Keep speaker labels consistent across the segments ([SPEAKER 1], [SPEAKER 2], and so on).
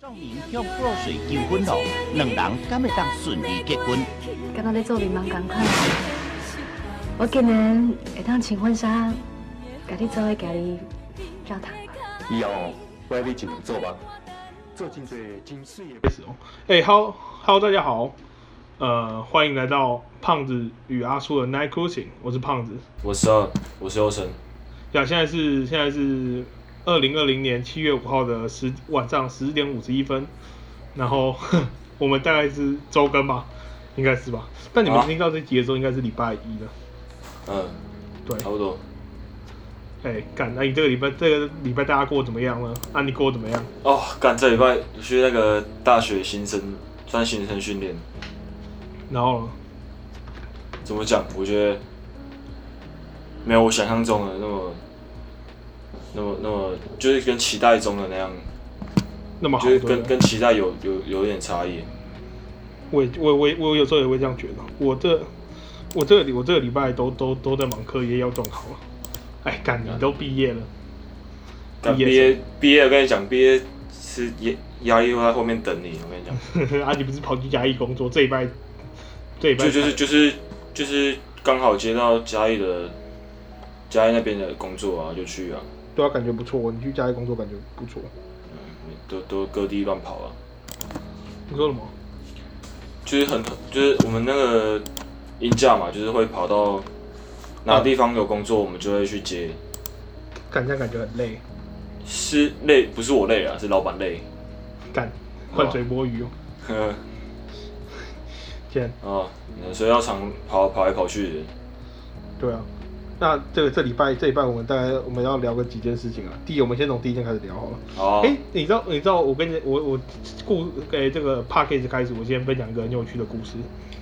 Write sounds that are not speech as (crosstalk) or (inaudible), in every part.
[SPEAKER 1] 众人向破水求婚咯，两人敢会当顺利结婚？
[SPEAKER 2] 敢若咧做面盲共款。我今年会当穿婚纱，甲你做伙行去教堂。
[SPEAKER 3] 以后我要去一年做梦，做真侪真水的。
[SPEAKER 4] 哎、h e l l o 大家好，呃，欢迎来到胖子与阿叔的 Night Cruising，我是胖子。
[SPEAKER 5] 我是二，我是欧神，
[SPEAKER 4] 对啊，现在是现在是二零二零年七月五号的十晚上十点五十一分，然后 (laughs) 我们大概是周更吧，应该是吧？但你们
[SPEAKER 5] 好
[SPEAKER 4] 听到这集的时候，应该是礼拜一了。
[SPEAKER 5] 嗯，
[SPEAKER 4] 对，
[SPEAKER 5] 差不多。
[SPEAKER 4] 哎，干，那、你这个礼拜这个礼拜大家过得怎么样呢？啊，你过得怎么样？
[SPEAKER 5] 哦，干这礼拜去那个大学新生算新生训练，
[SPEAKER 4] 然后
[SPEAKER 5] 怎么讲？我觉得没有我想象中的那么那么那么，就是跟期待中的那样，
[SPEAKER 4] 那么好，
[SPEAKER 5] 就是
[SPEAKER 4] 对不
[SPEAKER 5] 跟
[SPEAKER 4] 对啊
[SPEAKER 5] 跟期待有有有点差异。
[SPEAKER 4] 我也我我我有时候也会这样觉得，我这我这个礼我这个礼拜都都都在忙课业要重考了。哎，干
[SPEAKER 5] 啊
[SPEAKER 4] 你都毕业了， (laughs)
[SPEAKER 5] 但
[SPEAKER 4] 毕业
[SPEAKER 5] 毕业毕业，我跟你讲，毕业是压压力会在后面等你。我
[SPEAKER 4] (laughs)
[SPEAKER 5] 跟你讲，
[SPEAKER 4] 啊，你不是跑去嘉义工作？这礼拜这礼拜
[SPEAKER 5] 就就是就是就是刚好接到嘉义的嘉义那边的工作啊，就去啊，
[SPEAKER 4] 对啊，感觉不错。你去嘉义工作感觉不错。
[SPEAKER 5] 嗯都都各地乱跑啊。
[SPEAKER 4] 你说什么？
[SPEAKER 5] 就是很就是我们那个音架嘛，就是会跑到哪地方有工作，我们就会去接。
[SPEAKER 4] 干这样感觉很累，
[SPEAKER 5] 是累，不是我累啊，是老板累。 (laughs)
[SPEAKER 4] 干换水摸鱼哦。
[SPEAKER 5] 呵
[SPEAKER 4] 天，
[SPEAKER 5] 啊，嗯所以要常跑跑来跑去的。
[SPEAKER 4] 对啊。那这个这礼拜这礼拜我们大概我们要聊个几件事情啊。第一，我们先从第一件开始聊好了。
[SPEAKER 5] 好、
[SPEAKER 4] 哎、你知道你知道我跟你我我故诶、这个 p a c k a g e 开始，我先分享一个很有趣的故事，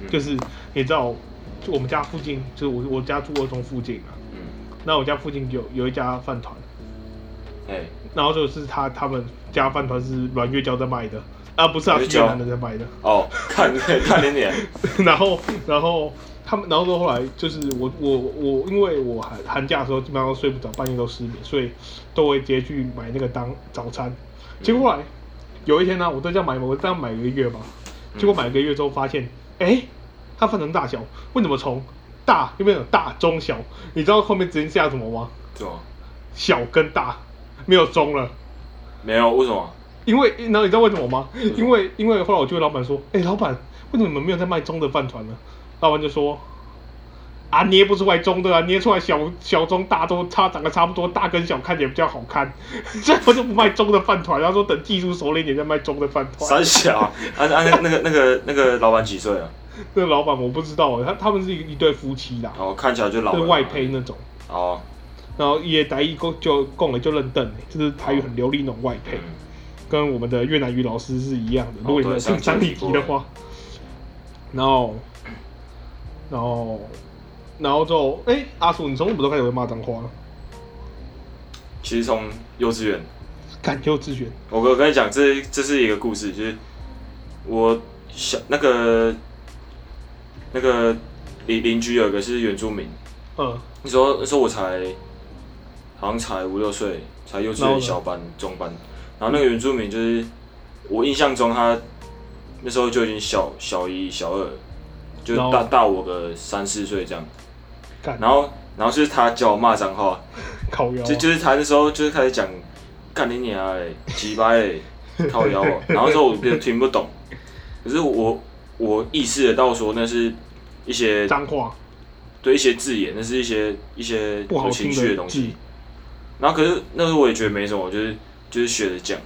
[SPEAKER 5] 嗯
[SPEAKER 4] 就是你知道，就我们家附近，就是我我家住二中附近啊，
[SPEAKER 5] 嗯，
[SPEAKER 4] 那我家附近有有一家饭团，
[SPEAKER 5] 哎、
[SPEAKER 4] 然后就是他他们家饭团是阮月娇在卖的，啊不是啊，
[SPEAKER 5] 阮月
[SPEAKER 4] 是
[SPEAKER 5] 娇
[SPEAKER 4] 越南人在卖的，
[SPEAKER 5] 哦， (laughs) 看看你脸，
[SPEAKER 4] (laughs) 然后然后他们，然后后来就是我我我，因为我寒寒假的时候基本上都睡不着，半夜都失眠，所以都会直接去买那个当早餐。结果后来有一天呢、我都这样买，我这样买了一个月吧，结果买了一个月之后发现，哎、它分成大小，为什么从大右边有大中小？你知道后面直接下什么吗？
[SPEAKER 5] 怎么？
[SPEAKER 4] 小跟大没有中了。
[SPEAKER 5] 没有？为什么？
[SPEAKER 4] 因为，然后你知道为什么吗？
[SPEAKER 5] 什么
[SPEAKER 4] 因为，因为后来我就问老板说，哎、老板，为什么你们没有在卖中的饭团呢？老板就说，啊，捏不出来中的啊，捏出来小小中大都差长得差不多，大跟小看起来比较好看， (laughs) 所以我就不卖中的饭团。他说等技术熟练一点再卖中的饭团。
[SPEAKER 5] 三小啊啊那那个那个那个老板几岁啊？
[SPEAKER 4] 那个老板我不知道，他他们是一一对夫妻啦，
[SPEAKER 5] 哦，看起来就老
[SPEAKER 4] 是
[SPEAKER 5] 了。
[SPEAKER 4] 外配那种，
[SPEAKER 5] 哦，
[SPEAKER 4] 然后也台语共就共了就认凳，就是台语很流利那种外配。
[SPEAKER 5] 嗯，
[SPEAKER 4] 跟我们的越南语老师是一样的。
[SPEAKER 5] 哦
[SPEAKER 4] 如果你们
[SPEAKER 5] 对
[SPEAKER 4] 听张力
[SPEAKER 5] 上集有
[SPEAKER 4] 提
[SPEAKER 5] 提
[SPEAKER 4] 的
[SPEAKER 5] 过
[SPEAKER 4] 话，然后，然后，然后就，哎、阿叔，你从什么时候开始会骂脏话了？
[SPEAKER 5] 其实从幼稚园
[SPEAKER 4] 感觉自觉，
[SPEAKER 5] 我我跟你讲，这这是一个故事，就是我小那个那个邻邻居有一个是原住民，
[SPEAKER 4] 嗯，
[SPEAKER 5] 那时候那时候我才好像才五六岁，才幼稚
[SPEAKER 4] 然后呢
[SPEAKER 5] 园小班中班，然后那个原住民就是我印象中他那时候就已经小小一小二，就
[SPEAKER 4] 然后
[SPEAKER 5] 大大我个三四岁这样，
[SPEAKER 4] 感
[SPEAKER 5] 然后然后就是他教我骂脏话，
[SPEAKER 4] 烤腰啊、
[SPEAKER 5] 就就是他那时候就是开始讲干你娘嘞，鸡巴嘞，靠
[SPEAKER 4] (laughs)
[SPEAKER 5] 腰啊，然后之后我就听不懂，可是我我意识得到说那是一些
[SPEAKER 4] 脏话，
[SPEAKER 5] 对一些字眼，那是一些一些
[SPEAKER 4] 不好
[SPEAKER 5] 有
[SPEAKER 4] 听
[SPEAKER 5] 情
[SPEAKER 4] 的
[SPEAKER 5] 绪的东
[SPEAKER 4] 字
[SPEAKER 5] 西。然后可是那时候我也觉得没什么，就是就是学着讲，
[SPEAKER 4] 哦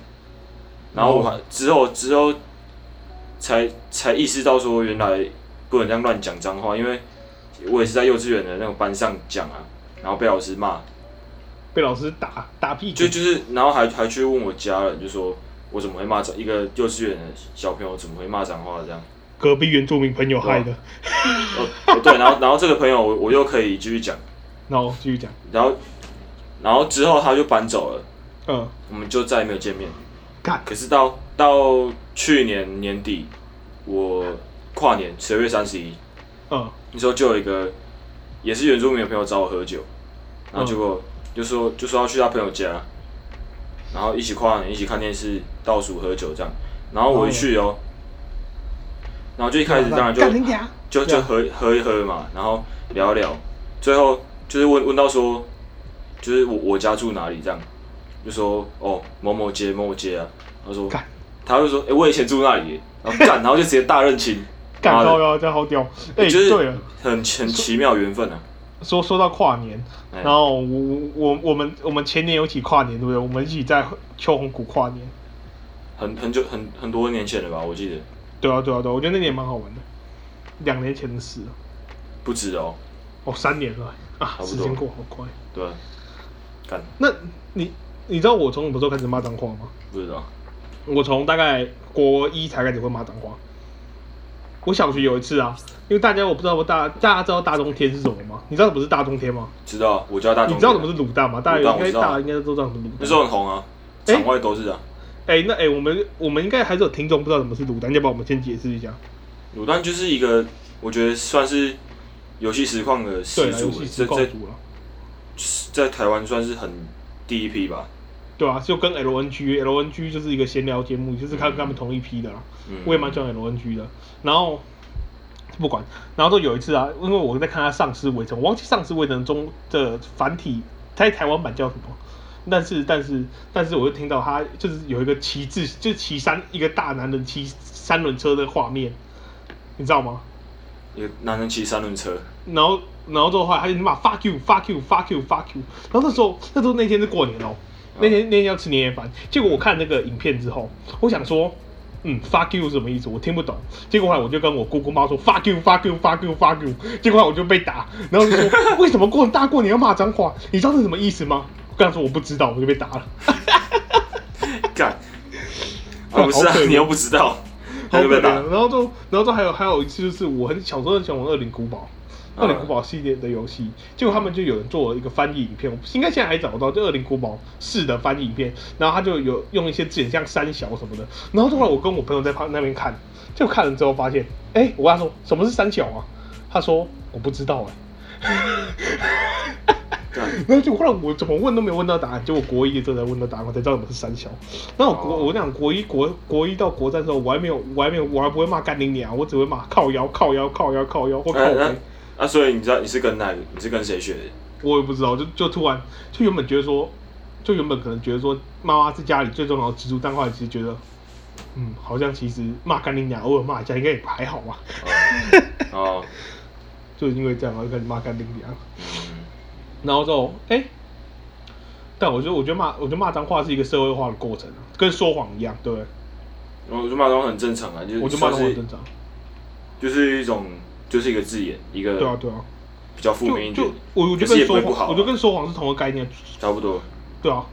[SPEAKER 5] 然后我还之后之后才才意识到说原来不能这样乱讲脏话，因为我也是在幼稚园的那种班上讲啊，然后被老师骂。
[SPEAKER 4] 被老师打打屁股
[SPEAKER 5] 就，就是，然后还还去问我家人，就说我怎么会骂脏一个幼稚园的小朋友怎么会骂脏话这样？
[SPEAKER 4] 隔壁原住民朋友害的。
[SPEAKER 5] 哦，哦对，然后然后这个朋友我我又可以继续讲，
[SPEAKER 4] 然后继续讲，
[SPEAKER 5] 然后然后之后他就搬走了，
[SPEAKER 4] 嗯，
[SPEAKER 5] 我们就再也没有见面。
[SPEAKER 4] 干
[SPEAKER 5] 可是到到去年年底，我跨年十二月三十一，
[SPEAKER 4] 嗯，
[SPEAKER 5] 那时候就有一个也是原住民的朋友找我喝酒，然
[SPEAKER 4] 嗯
[SPEAKER 5] 后结果就说就说要去他朋友家，然后一起跨年，一起看电视，倒数喝酒这样。然后我一去哦，然后就一开始当然就啊
[SPEAKER 4] 干你娘
[SPEAKER 5] 就就喝喝一喝嘛，然后聊一聊，最后就是问问到说，就是我我家住哪里这样，就说哦某某街某某街啊，他说
[SPEAKER 4] 干
[SPEAKER 5] 他就说哎、我以前住那里耶，然后干然后就直接大认亲，
[SPEAKER 4] 干
[SPEAKER 5] 妈的
[SPEAKER 4] 高腰，这好屌！ (laughs) 哎、
[SPEAKER 5] 就是
[SPEAKER 4] 对了，
[SPEAKER 5] 很很奇妙缘分啊，
[SPEAKER 4] 说说到跨年，
[SPEAKER 5] 哎
[SPEAKER 4] 然后我我我们我们前年有一起跨年，对不对？我们一起在秋红谷跨年，
[SPEAKER 5] 很很久很很多年前了吧，我记得
[SPEAKER 4] 对啊对啊对啊，我觉得那年蛮好玩的，两年前的事了，
[SPEAKER 5] 不止哦，
[SPEAKER 4] 哦，三年了啊
[SPEAKER 5] 差，不多
[SPEAKER 4] 时间过好快。
[SPEAKER 5] 对吧、干
[SPEAKER 4] 那你你知道我从什么时候开始骂脏话吗？
[SPEAKER 5] 不知道，
[SPEAKER 4] 我从大概国一才开始会骂脏话。我小学有一次啊，因为大家我不知道大大家知道大冬天是什么吗？你知道什么是大冬天吗？
[SPEAKER 5] 知道我家大
[SPEAKER 4] 你
[SPEAKER 5] 中，
[SPEAKER 4] 知道什么是卤蛋吗？大家
[SPEAKER 5] 卤蛋
[SPEAKER 4] 应
[SPEAKER 5] 我
[SPEAKER 4] 该
[SPEAKER 5] 知道
[SPEAKER 4] 大家应该都知道什么是卤
[SPEAKER 5] 那
[SPEAKER 4] 蛋
[SPEAKER 5] 时。候很红啊，
[SPEAKER 4] 哎
[SPEAKER 5] 场外都是啊，
[SPEAKER 4] 哎、那哎、我们我们应该还是有听众不知道什么是卤蛋，要不然我们先解释一下。
[SPEAKER 5] 卤蛋就是一个我觉得算是游戏实况的
[SPEAKER 4] 对
[SPEAKER 5] 始
[SPEAKER 4] 啊，
[SPEAKER 5] 祖
[SPEAKER 4] 游戏，实
[SPEAKER 5] 在
[SPEAKER 4] 况
[SPEAKER 5] 在
[SPEAKER 4] 组了，
[SPEAKER 5] 在台湾算是很第一批吧，
[SPEAKER 4] 对啊，就跟 LNG，LNG 就是一个闲聊节目，就是看跟他们同一批的啦。啊
[SPEAKER 5] 嗯
[SPEAKER 4] 我也蛮喜欢 LNG 的。然后不管，然后就有一次啊，因为我在看他《丧尸围城》，我忘记《丧尸围城》中的繁体在台湾版叫什么，但是但是但是我就听到他就是有一个骑自，就是骑三一个大男人骑三轮车的画面，你知道吗？
[SPEAKER 5] 一个男人骑三轮车，
[SPEAKER 4] 然后然后之后后来他就骂 fuck you fuck you fuck you fuck you，然后那时候那时候那天是过年哦，那天那天要吃年夜饭，结果我看那个影片之后，我想说。嗯，fuck you 是什么意思？我听不懂。结果后来我就跟我姑姑妈说 fuck you fuck you fuck you fuck you，结果后来我就被打，然后就说 (laughs) 为什么过大过年要骂脏话？你知道是什么意思吗？我跟他说我不知道，我就被打了。 (laughs)
[SPEAKER 5] 干，啊不是
[SPEAKER 4] 好
[SPEAKER 5] 啊
[SPEAKER 4] 可，怜
[SPEAKER 5] 你又不知道，
[SPEAKER 4] 好
[SPEAKER 5] 他
[SPEAKER 4] 可
[SPEAKER 5] 就
[SPEAKER 4] 怜
[SPEAKER 5] 被打
[SPEAKER 4] 啊。，然后就，然后就还有还有一次就是我很小时候很喜欢玩《恶灵古堡》，《
[SPEAKER 5] 嗯
[SPEAKER 4] 恶灵古堡》系列的游戏，结果他们就有人做了一个翻译影片，我应该现在还找得到，就《恶灵古堡四》的翻译影片，然后他就有用一些字眼像三小什么的，然后后来我跟我朋友在旁那边看，就看了之后发现，哎、我跟他说什么是三小啊？他说我不知道哎、 (laughs)
[SPEAKER 5] 干
[SPEAKER 4] 然后就后来我怎么问都没有问到答案，结果国一的时候才问到答案，我才知道什么是三小。那我国、
[SPEAKER 5] 哦
[SPEAKER 4] 我讲国一国国一到国三的时候，我还没有我还没有我还不会骂干你娘，我只会骂靠腰靠腰靠腰靠腰或靠背。
[SPEAKER 5] 哎那啊，所以你知道你是跟哪个？你是跟谁学的？
[SPEAKER 4] 我也不知道，就就突然就原本觉得说，就原本可能觉得说妈妈是家里最重要的支柱，但后来其实觉得，嗯，好像其实骂干你娘偶尔骂一下应该也还好吧，
[SPEAKER 5] 哦
[SPEAKER 4] (laughs)
[SPEAKER 5] 哦，
[SPEAKER 4] 就因为这样然后就开始骂干你娘。
[SPEAKER 5] 嗯，
[SPEAKER 4] 然后就哎、但我觉得，我觉得骂，我觉得骂脏话是一个社会化的过程啊，跟说谎一样，对不对？
[SPEAKER 5] 我就骂脏话很正常啊，就是
[SPEAKER 4] 我觉得骂脏话
[SPEAKER 5] 算是
[SPEAKER 4] 很正常，
[SPEAKER 5] 就是一种就是一个字眼，一
[SPEAKER 4] 对啊
[SPEAKER 5] 个
[SPEAKER 4] 对啊，
[SPEAKER 5] 比较负面一
[SPEAKER 4] 就
[SPEAKER 5] 点
[SPEAKER 4] 就，我我觉
[SPEAKER 5] 可是
[SPEAKER 4] 得
[SPEAKER 5] 也
[SPEAKER 4] 跟
[SPEAKER 5] 不会
[SPEAKER 4] 说
[SPEAKER 5] 不好啊
[SPEAKER 4] 谎，我觉得跟说谎是同一个概念，
[SPEAKER 5] 差不多。
[SPEAKER 4] 对啊。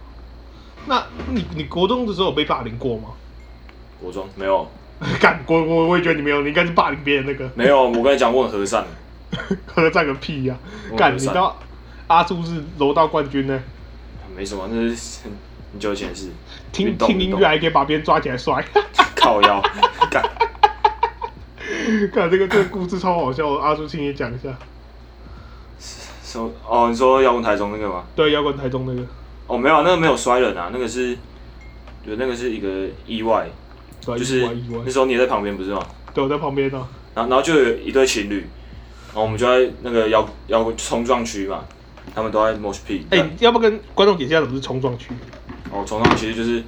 [SPEAKER 4] 那你你国中的时候有被霸凌过吗？ (laughs)
[SPEAKER 5] 国中没有
[SPEAKER 4] 干国我我也觉得你没有，你应该是霸凌别人那个。 (laughs)
[SPEAKER 5] 没有，我跟你讲，我很和善。啊
[SPEAKER 4] 喝战个屁呀、
[SPEAKER 5] 我
[SPEAKER 4] 干，
[SPEAKER 5] 不
[SPEAKER 4] 你
[SPEAKER 5] 是
[SPEAKER 4] 知道阿叔是柔道冠军呢、
[SPEAKER 5] 没什么，那是很很久以前的事。
[SPEAKER 4] 听
[SPEAKER 5] 运动
[SPEAKER 4] 听音乐还可以把别人抓起来 (laughs) 摔。
[SPEAKER 5] 靠腰， (laughs) 干
[SPEAKER 4] 看这个这个故事超好笑的，阿叔请你讲一下。
[SPEAKER 5] 什么？哦，你说摇滚台中那个吗？
[SPEAKER 4] 对，摇滚台中那个，
[SPEAKER 5] 哦，没有，那个没有摔人啊，那个是，对，那个是一个意外，
[SPEAKER 4] 对啊，
[SPEAKER 5] 就
[SPEAKER 4] 意
[SPEAKER 5] 是
[SPEAKER 4] 外意外
[SPEAKER 5] 那，时候你也在旁边不是吗？
[SPEAKER 4] 对，我在旁边哦呢、
[SPEAKER 5] 然后然后就有一对情侣，然后我们就在那个摇摇滚冲撞区嘛，他们都在 mosh pit，
[SPEAKER 4] 哎、你要不要跟观众解释一下什么是冲撞区？
[SPEAKER 5] 哦，冲撞其实就是，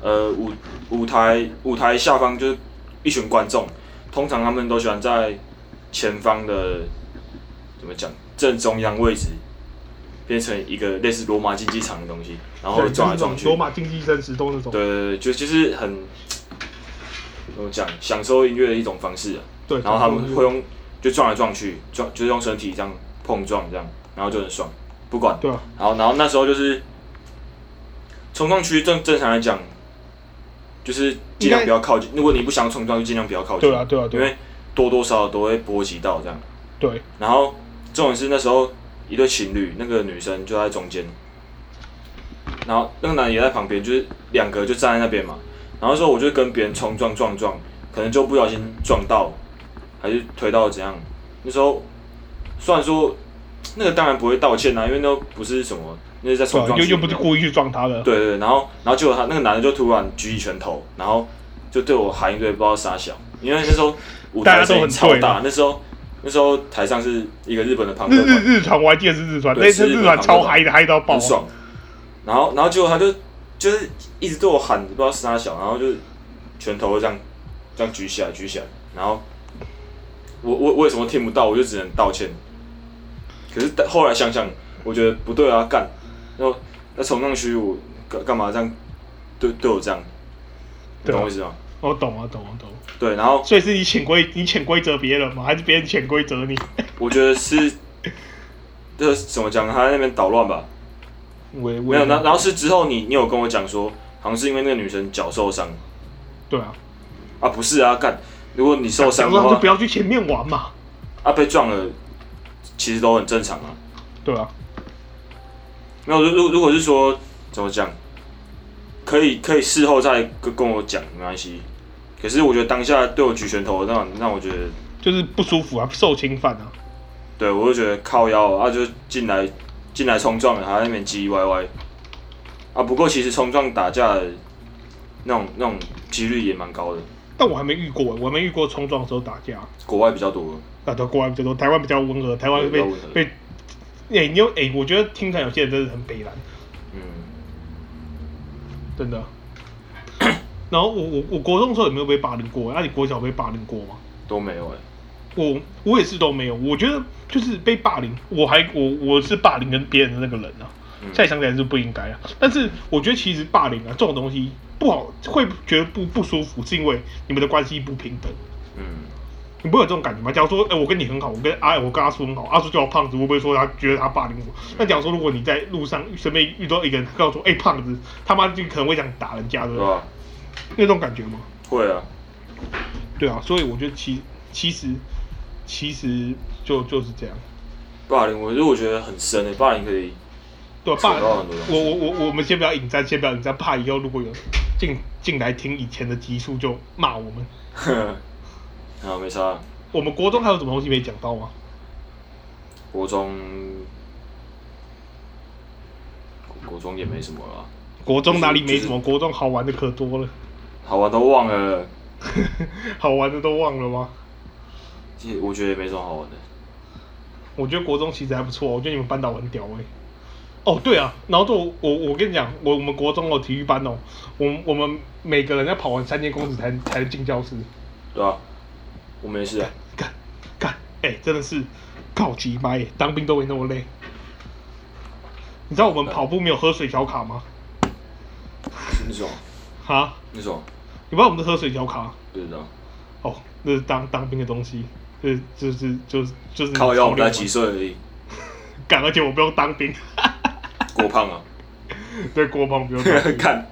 [SPEAKER 5] 呃，舞舞台舞台下方就是一群观众，通常他们都喜欢在前方的怎么讲正中央位置，变成一个类似罗马竞技场的东西，然后
[SPEAKER 4] 对
[SPEAKER 5] 撞来
[SPEAKER 4] 就是那
[SPEAKER 5] 撞
[SPEAKER 4] 种
[SPEAKER 5] 去。
[SPEAKER 4] 罗马竞技生死斗那种。
[SPEAKER 5] 对对对，就就是很怎么讲，享受音乐的一种方式、啊。
[SPEAKER 4] 对，
[SPEAKER 5] 然后他们会用就撞来撞去，撞就是用身体这样碰撞这样，然后就很爽，不管。
[SPEAKER 4] 对啊，
[SPEAKER 5] 然后然后那时候就是冲撞区正正常来讲，就是尽量不要靠近。如果你不想冲撞，就尽量不要靠近。
[SPEAKER 4] 对啊对啊对啊
[SPEAKER 5] 因为多多少少都会波及到这样。
[SPEAKER 4] 对，啊
[SPEAKER 5] 然后重点是那时候一对情侣，那个女生就在中间，然后那个男的也在旁边，就是两个就站在那边嘛。然后说我就跟别人冲撞撞撞，可能就不小心撞到，还是推到怎样？那时候虽然说那个当然不会道歉啦、啊因为那不是什么，那是在
[SPEAKER 4] 对
[SPEAKER 5] 冲
[SPEAKER 4] 啊，
[SPEAKER 5] 撞
[SPEAKER 4] 又
[SPEAKER 5] 区里
[SPEAKER 4] 又
[SPEAKER 5] 面，
[SPEAKER 4] 不是故意去撞他的。
[SPEAKER 5] 对对对，然后然后结果他那个男的就突然举起拳头，然后就对我喊一堆不知道傻小，因为那时候舞
[SPEAKER 4] 大
[SPEAKER 5] 台
[SPEAKER 4] 家都
[SPEAKER 5] 声
[SPEAKER 4] 很
[SPEAKER 5] 音超
[SPEAKER 4] 对
[SPEAKER 5] 大，那时候那时候台上是一个日本的胖哥
[SPEAKER 4] 日
[SPEAKER 5] 嘛，
[SPEAKER 4] 日日团我还记得是日团，
[SPEAKER 5] 啊对
[SPEAKER 4] 那次
[SPEAKER 5] 是日
[SPEAKER 4] 日
[SPEAKER 5] 本
[SPEAKER 4] 团
[SPEAKER 5] 韩
[SPEAKER 4] 超
[SPEAKER 5] 国
[SPEAKER 4] 嗨的，嗨到爆啊
[SPEAKER 5] 很。爽。然后然后结果他就就是一直对我喊不知道傻小，然后就拳头这样这样举起来举起来，然后我我我为什么听不到，我就只能道歉。可是后来想想，我觉得不对啊，干，然后那崇尚虚无，干干嘛这样对对我这样，你
[SPEAKER 4] 对啊
[SPEAKER 5] 懂我意思吗？
[SPEAKER 4] 我懂啊，懂啊，懂啊。
[SPEAKER 5] 对，然后
[SPEAKER 4] 所以是你潜规，你潜规则别人吗？还是别人潜规则你？
[SPEAKER 5] 我觉得是，这怎么讲？他在那边捣乱吧？
[SPEAKER 4] 我也
[SPEAKER 5] 没有，然然后是之后你你有跟我讲说，好像是因为那个女生脚受伤
[SPEAKER 4] 对啊，
[SPEAKER 5] 啊，不是啊，干，如果你受
[SPEAKER 4] 想
[SPEAKER 5] 伤的
[SPEAKER 4] 让就
[SPEAKER 5] 话
[SPEAKER 4] 啊不，要去前面玩嘛。
[SPEAKER 5] 啊被撞了，其实都很正常啊。
[SPEAKER 4] 对啊，
[SPEAKER 5] 没有，如如如果是说怎么讲，可以可以事后再跟跟我讲没关系。可是我觉得当下对我举拳头，让让我觉得，
[SPEAKER 4] 就是不舒服啊，受侵犯啊。
[SPEAKER 5] 对我就觉得靠腰啊，就进来进来冲撞了，还在那边唧唧歪歪。啊，不过其实冲撞打架的那种那种几率也蛮高的，
[SPEAKER 4] 但我还没遇过，我还没遇过冲撞的时候打架啊。
[SPEAKER 5] 国外比较多。
[SPEAKER 4] 啊，对，国外比较多，台湾比较温和，台湾
[SPEAKER 5] 对
[SPEAKER 4] 被
[SPEAKER 5] 比较温和
[SPEAKER 4] 被，哎、你有哎、我觉得听起来有些人真的很悲蓝，
[SPEAKER 5] 嗯，
[SPEAKER 4] 真的。 (coughs) 然后我我我国中的时候也没有被霸凌过，那、啊你国小有被霸凌过吗？
[SPEAKER 5] 都没有哎、
[SPEAKER 4] 我我也是都没有，我觉得就是被霸凌，我还我我是霸凌跟别人的那个人啊，
[SPEAKER 5] 嗯
[SPEAKER 4] 现在想起来是不应该啊。但是我觉得其实霸凌啊这种东西不好，会觉得不不舒服，是因为你们的关系不平等。
[SPEAKER 5] 嗯，
[SPEAKER 4] 你不会有这种感觉吗？假如说，哎、我跟你很好，我跟阿、我跟阿叔很好，阿叔叫我胖子，我不会说他觉得他霸凌我。那假如说，如果你在路上身边遇到一个人，他告诉我，哎、胖子，他妈就可能会想打人家，对
[SPEAKER 5] 对啊
[SPEAKER 4] 不
[SPEAKER 5] 吧、
[SPEAKER 4] 对？那种感觉吗？
[SPEAKER 5] 会啊，
[SPEAKER 4] 对啊，所以我觉得其其实其实就就是这样。
[SPEAKER 5] 霸凌，我就我觉得很深诶、霸凌可以，
[SPEAKER 4] 对、啊，霸
[SPEAKER 5] 扯到很多东西
[SPEAKER 4] 我我我我们先不要引战，先不要引战，怕以后如果有进进来听以前的集数就骂我们。
[SPEAKER 5] 啊没差。
[SPEAKER 4] 我们国中还有什么东西没讲到吗？
[SPEAKER 5] 国中，国中也没什么了，
[SPEAKER 4] 国中哪里没什
[SPEAKER 5] 就
[SPEAKER 4] 么？
[SPEAKER 5] 是
[SPEAKER 4] 国中好玩的可多了，
[SPEAKER 5] 好玩都忘了，
[SPEAKER 4] 好玩的都忘了吗？
[SPEAKER 5] 其实我觉得也没什么好玩的。
[SPEAKER 4] 我觉得国中其实还不错，我觉得你们班导很屌哎、哦，对啊，然后就我我我跟你讲，我我们国中哦体育班哦，我们我们每个人要跑完三间公尺才才能进教室，
[SPEAKER 5] 对啊，我没事、啊，
[SPEAKER 4] 干干哎、真的是靠鸡掰、欸，当兵都没那么累。你知道我们跑步没有喝水小卡吗？
[SPEAKER 5] 那种
[SPEAKER 4] 哈，
[SPEAKER 5] 那种啊
[SPEAKER 4] 你不知道我们的喝水小卡
[SPEAKER 5] 不知道。
[SPEAKER 4] 哦，那是当当兵的东西，这就是就是就是
[SPEAKER 5] 靠腰，我才几
[SPEAKER 4] 级，
[SPEAKER 5] 岁而已，
[SPEAKER 4] 干，而且我不用当兵， (laughs)
[SPEAKER 5] 过胖啊，，
[SPEAKER 4] 对国防不用当兵
[SPEAKER 5] (laughs) 看，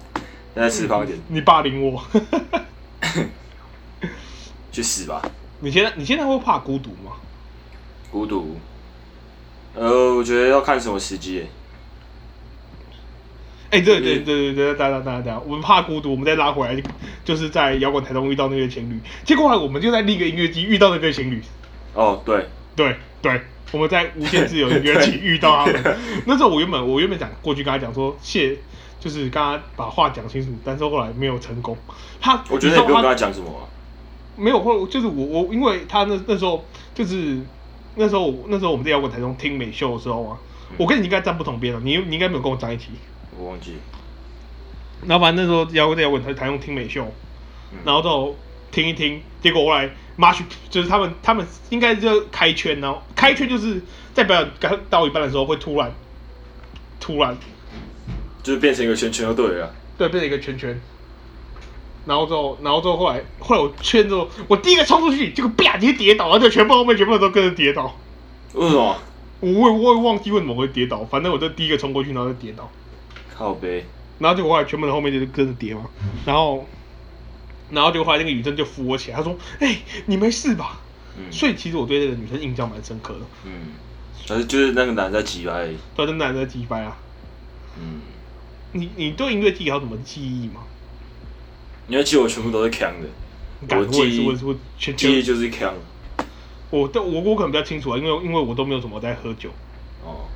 [SPEAKER 5] 现在吃胖一点，
[SPEAKER 4] 你霸凌我。
[SPEAKER 5] 去死吧，
[SPEAKER 4] 你现在你现在会怕孤独吗？
[SPEAKER 5] 孤独。呃，我觉得要看什么时机、欸。
[SPEAKER 4] 哎、对
[SPEAKER 5] 嗯
[SPEAKER 4] 对对对对，大家大家大家，我们怕孤独，我们再拉回来，就是在摇滚台中遇到那对情侣，结果后来我们就在另一个音乐季遇到那对情侣，
[SPEAKER 5] 哦，对，
[SPEAKER 4] 对对，我们在无限自由音乐季遇到他
[SPEAKER 5] (laughs)
[SPEAKER 4] 们。那时候我原本我原本想过去跟他讲说谢，就是跟他把话讲清楚，但是后来没有成功。他
[SPEAKER 5] 我觉
[SPEAKER 4] 你知
[SPEAKER 5] 得也
[SPEAKER 4] 道
[SPEAKER 5] 不用跟
[SPEAKER 4] 他
[SPEAKER 5] 他讲什么、啊。
[SPEAKER 4] 没有，或就是我我因为他那那时候就是那时候我那时候我们在摇滚台中听美秀的时候啊，
[SPEAKER 5] 嗯
[SPEAKER 4] 我跟你应该站不同边了，你你应该没有跟我站一起。
[SPEAKER 5] 我忘记。
[SPEAKER 4] 然后反正那时候摇滚在摇滚台台中听美秀，
[SPEAKER 5] 嗯
[SPEAKER 4] 然后就听一听，结果后来 March 就是他们他们应该就开圈，然后开圈就是在表演刚到一半的时候会突然突然
[SPEAKER 5] 就是变成一个圈圈就对了啊。
[SPEAKER 4] 对变成一个圈圈，然后之后然后之后后来后来我圈之后我第一个冲出去，结果啪直接跌倒，而且全部后面全部人都跟着跌倒，
[SPEAKER 5] 为什么？
[SPEAKER 4] 我我也我也忘记为什么会跌倒，反正我就第一个冲过去，然后就跌倒。
[SPEAKER 5] 靠背，
[SPEAKER 4] 然后结果后来全部人后面就是跟着跌嘛，然后，然后结果后来那个女生就扶我起来，她说：“哎、你没事吧？”
[SPEAKER 5] 嗯，
[SPEAKER 4] 所以其实我对那个女生印象蛮深刻的，
[SPEAKER 5] 嗯，但是就是那个男的在挤而已。
[SPEAKER 4] 对，那男的鸡掰啊！
[SPEAKER 5] 嗯，
[SPEAKER 4] 你你对音乐剧还有什么记忆吗？
[SPEAKER 5] 因为其实我全部都是强的，
[SPEAKER 4] 感
[SPEAKER 5] 我
[SPEAKER 4] 我也
[SPEAKER 5] 记
[SPEAKER 4] 是，我也是
[SPEAKER 5] 忆
[SPEAKER 4] 我全
[SPEAKER 5] 记
[SPEAKER 4] 全
[SPEAKER 5] 忆就是强。
[SPEAKER 4] 我对我我可能比较清楚啊，因为因为我都没有什么在喝酒，
[SPEAKER 5] 哦，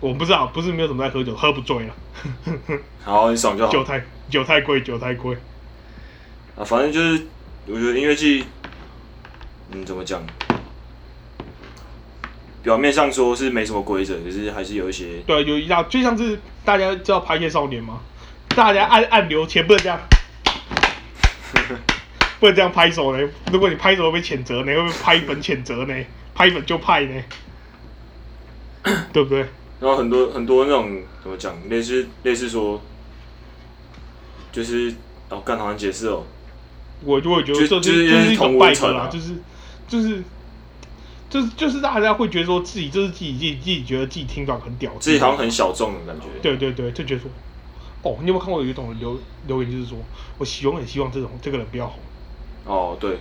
[SPEAKER 4] 我不知道不是没有什么在喝酒， (laughs) 喝不醉了，啊
[SPEAKER 5] 哦好，你爽就好。
[SPEAKER 4] 酒太酒太贵，酒太贵。
[SPEAKER 5] 啊，反正就是我觉得音乐剧，嗯，怎么讲？表面上说是没什么规则，可是还是有一些
[SPEAKER 4] 对，有一样，就像是大家知道《拍夜少年》吗？大家按按钮前不
[SPEAKER 5] (laughs)
[SPEAKER 4] 能这样，不能这样拍手呢。如果你拍手会被谴责呢，会被拍一本谴责呢，拍一本就派
[SPEAKER 5] (laughs)
[SPEAKER 4] 呢，对不对？
[SPEAKER 5] 然后很多很多那种怎么讲，类似类似说，就是哦，干好难解释哦，
[SPEAKER 4] 我就会觉得这
[SPEAKER 5] 就就是
[SPEAKER 4] 是就是一
[SPEAKER 5] 同
[SPEAKER 4] 种
[SPEAKER 5] 温
[SPEAKER 4] bug
[SPEAKER 5] 层啊
[SPEAKER 4] 啦，就是就是就是就是大家会觉得说自己就是自己自己自己觉得自己听到很屌，
[SPEAKER 5] 自己好像很小众的感觉。
[SPEAKER 4] 对对对，就觉得说，哦，你有没有看过有一种留留言就是说，我希永远希望这种这个人不要红。
[SPEAKER 5] 哦，对，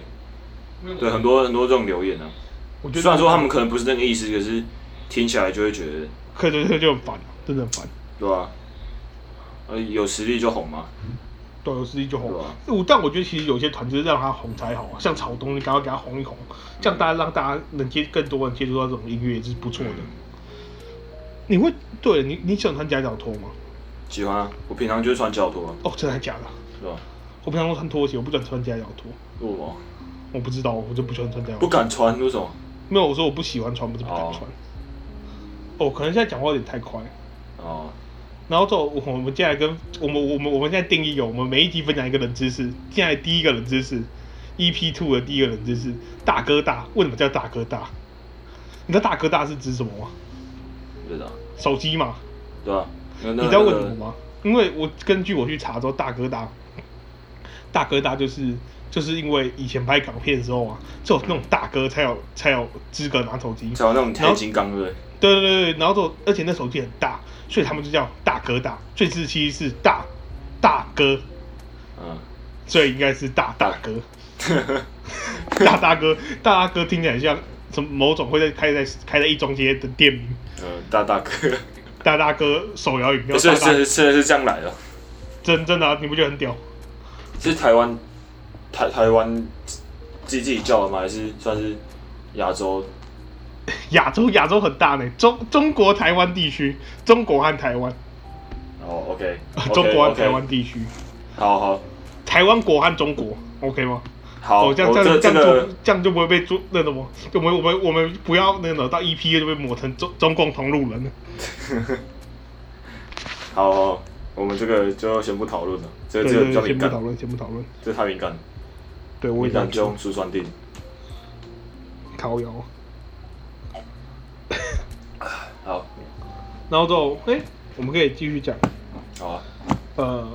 [SPEAKER 5] 对，很多很多这种留言啊。
[SPEAKER 4] 我觉得
[SPEAKER 5] 虽然说他们可能不是那个意思，可是听起来就会觉得，
[SPEAKER 4] 可对对就很烦，真的很烦。
[SPEAKER 5] 对吧、呃，有实力就红嘛。
[SPEAKER 4] 对，有实力就红
[SPEAKER 5] 对啊。
[SPEAKER 4] 我但我觉得其实有些团就是让他红才好啊，像草东，你赶快给他红一红，这样大家让大家能接更多人接触到这种音乐也是不错的。你会对你你喜欢穿夹脚拖吗？
[SPEAKER 5] 喜欢啊，我平常就是穿脚拖、啊，
[SPEAKER 4] 哦，真的还假的？
[SPEAKER 5] 是吧？
[SPEAKER 4] 我平常都穿拖鞋，我不敢穿夹脚拖。
[SPEAKER 5] 为什么？
[SPEAKER 4] 我不知道，我就不喜欢穿夹脚
[SPEAKER 5] 不
[SPEAKER 4] 拖。
[SPEAKER 5] 敢穿，为什么？
[SPEAKER 4] 没有，我说我不喜欢穿，不是不敢
[SPEAKER 5] 哦
[SPEAKER 4] 穿。哦，可能现在讲话有点太快。
[SPEAKER 5] 哦，
[SPEAKER 4] 然后之后，我我们接下来跟我们我们我们现在定义有，我们每一集分享一个冷知识。现在第一个冷知识，EP Two 的第一个冷知识，大哥大为什么叫大哥大？你知道大哥大是指什么吗？
[SPEAKER 5] 不知道，
[SPEAKER 4] 手机嘛？
[SPEAKER 5] 对吧、那那
[SPEAKER 4] 你知道为什
[SPEAKER 5] 那
[SPEAKER 4] 么
[SPEAKER 5] 个
[SPEAKER 4] 吗？因为我根据我去查之后，大哥大，大哥大就是就是因为以前拍港片的时候啊，只有那种大哥才有才有资格拿手机。
[SPEAKER 5] 才有那种铁金刚，对不对？
[SPEAKER 4] 对对对对，然后就而且那手机很大，所以他们就叫大哥大，最至其实是大大哥，
[SPEAKER 5] 嗯，
[SPEAKER 4] 所以应该是大大哥，大大哥，大大哥听起来像什么某种会在开在开在一中街的店名，
[SPEAKER 5] 呃，大大哥，
[SPEAKER 4] 大大哥手摇
[SPEAKER 5] (laughs)
[SPEAKER 4] 饮料，
[SPEAKER 5] 所
[SPEAKER 4] 大
[SPEAKER 5] 以
[SPEAKER 4] 大
[SPEAKER 5] 真真的是这样来的，
[SPEAKER 4] 真真的啊、你不觉得很屌？
[SPEAKER 5] 是台湾台台湾自己自己叫的吗？还是算是亚洲？
[SPEAKER 4] 亚洲亚洲很大呢，中中国台湾地区，中国和台湾，
[SPEAKER 5] 哦，OK，
[SPEAKER 4] (laughs) 中国和啊台，湾
[SPEAKER 5] OK，OK，
[SPEAKER 4] 地区，
[SPEAKER 5] 好好
[SPEAKER 4] 台湾国和中国，OK 吗？
[SPEAKER 5] 好，
[SPEAKER 4] 哦，这样
[SPEAKER 5] 我
[SPEAKER 4] 这样这
[SPEAKER 5] 这这
[SPEAKER 4] 样做
[SPEAKER 5] 个
[SPEAKER 4] 这样就不会被捉那什么，就我们我们我们不要那个到 EP 就被抹成中中共同路人了。
[SPEAKER 5] 好好，我们这个就先不讨论了，这个
[SPEAKER 4] 对
[SPEAKER 5] 这个比
[SPEAKER 4] 对
[SPEAKER 5] 较
[SPEAKER 4] 对，先
[SPEAKER 5] 敏
[SPEAKER 4] 不讨
[SPEAKER 5] 感，
[SPEAKER 4] 论，先不讨论。
[SPEAKER 5] 这太敏感，
[SPEAKER 4] 对，我
[SPEAKER 5] 敏
[SPEAKER 4] 也想
[SPEAKER 5] 感就用醋酸定。
[SPEAKER 4] 靠腰。
[SPEAKER 5] 好，
[SPEAKER 4] 然后就哎、我们可以继续讲，
[SPEAKER 5] 好啊，
[SPEAKER 4] 呃，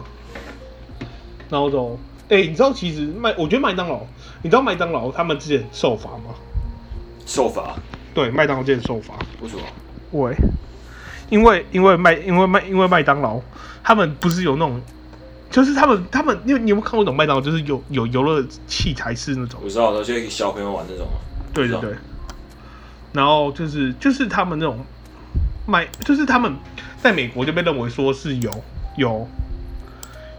[SPEAKER 4] 然后就哎、你知道其实麦，我觉得麦当劳，你知道麦当劳他们之前受罚吗？
[SPEAKER 5] 受罚，
[SPEAKER 4] 对，麦当劳之前受罚。
[SPEAKER 5] 为什么？
[SPEAKER 4] 喂，因为因为麦因为麦因为麦当劳，他们不是有那种，就是他们他们，你有你有没有看过那种麦当劳，就是有有游乐器材室那种？
[SPEAKER 5] 我知道，那些小朋友玩那种啊，
[SPEAKER 4] 对
[SPEAKER 5] 知
[SPEAKER 4] 对
[SPEAKER 5] 道
[SPEAKER 4] 对。然后就是就是他们那种卖，就是他们在美国就被认为说是有有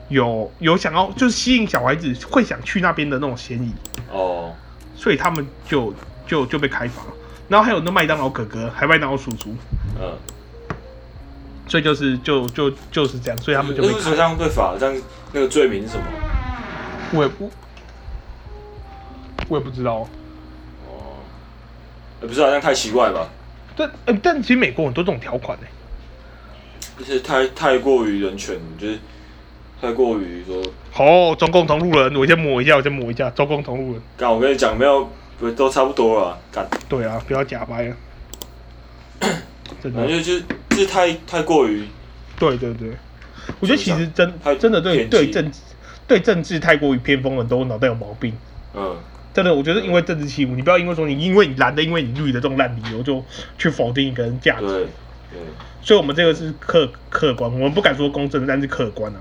[SPEAKER 4] 有有想要就是吸引小孩子会想去那边的那种嫌疑，
[SPEAKER 5] 哦，
[SPEAKER 4] 所以他们就就就被开罚。然后还有那麦当劳哥哥，还有麦当劳叔叔，
[SPEAKER 5] 嗯，
[SPEAKER 4] 所以就是就就就是这样，所以他们就
[SPEAKER 5] 那
[SPEAKER 4] 被
[SPEAKER 5] 为什么
[SPEAKER 4] 开
[SPEAKER 5] 这。样被罚？这样那个罪名是什么？
[SPEAKER 4] 我也不，我也不知道。
[SPEAKER 5] 哦，呃不是，好像太奇怪吧？
[SPEAKER 4] 但、呃但其实美国很多这种条款呢、欸
[SPEAKER 5] 就是太太过于人权，就是太过于说，
[SPEAKER 4] 哦，中共同路人，我先抹一下，我先抹一下，中共同路人。
[SPEAKER 5] 干，我跟你讲，没有，不都差不多了啊，干，
[SPEAKER 4] 对啊，不要假掰
[SPEAKER 5] (coughs)
[SPEAKER 4] 了。真的，
[SPEAKER 5] 反正就是就是太太过于，
[SPEAKER 4] 对对对，我觉得其实真
[SPEAKER 5] 太
[SPEAKER 4] 真的对
[SPEAKER 5] 偏激
[SPEAKER 4] 对政治对政治太过于偏锋了，都脑袋有毛病。
[SPEAKER 5] 嗯，
[SPEAKER 4] 真的，我觉得因为政治欺负，你不要因为说你因为你蓝的，因为你绿的这种烂理由就去否定一个人价值。
[SPEAKER 5] 对对，
[SPEAKER 4] 所以我们这个是客客观，我们不敢说公正，但是客观啊。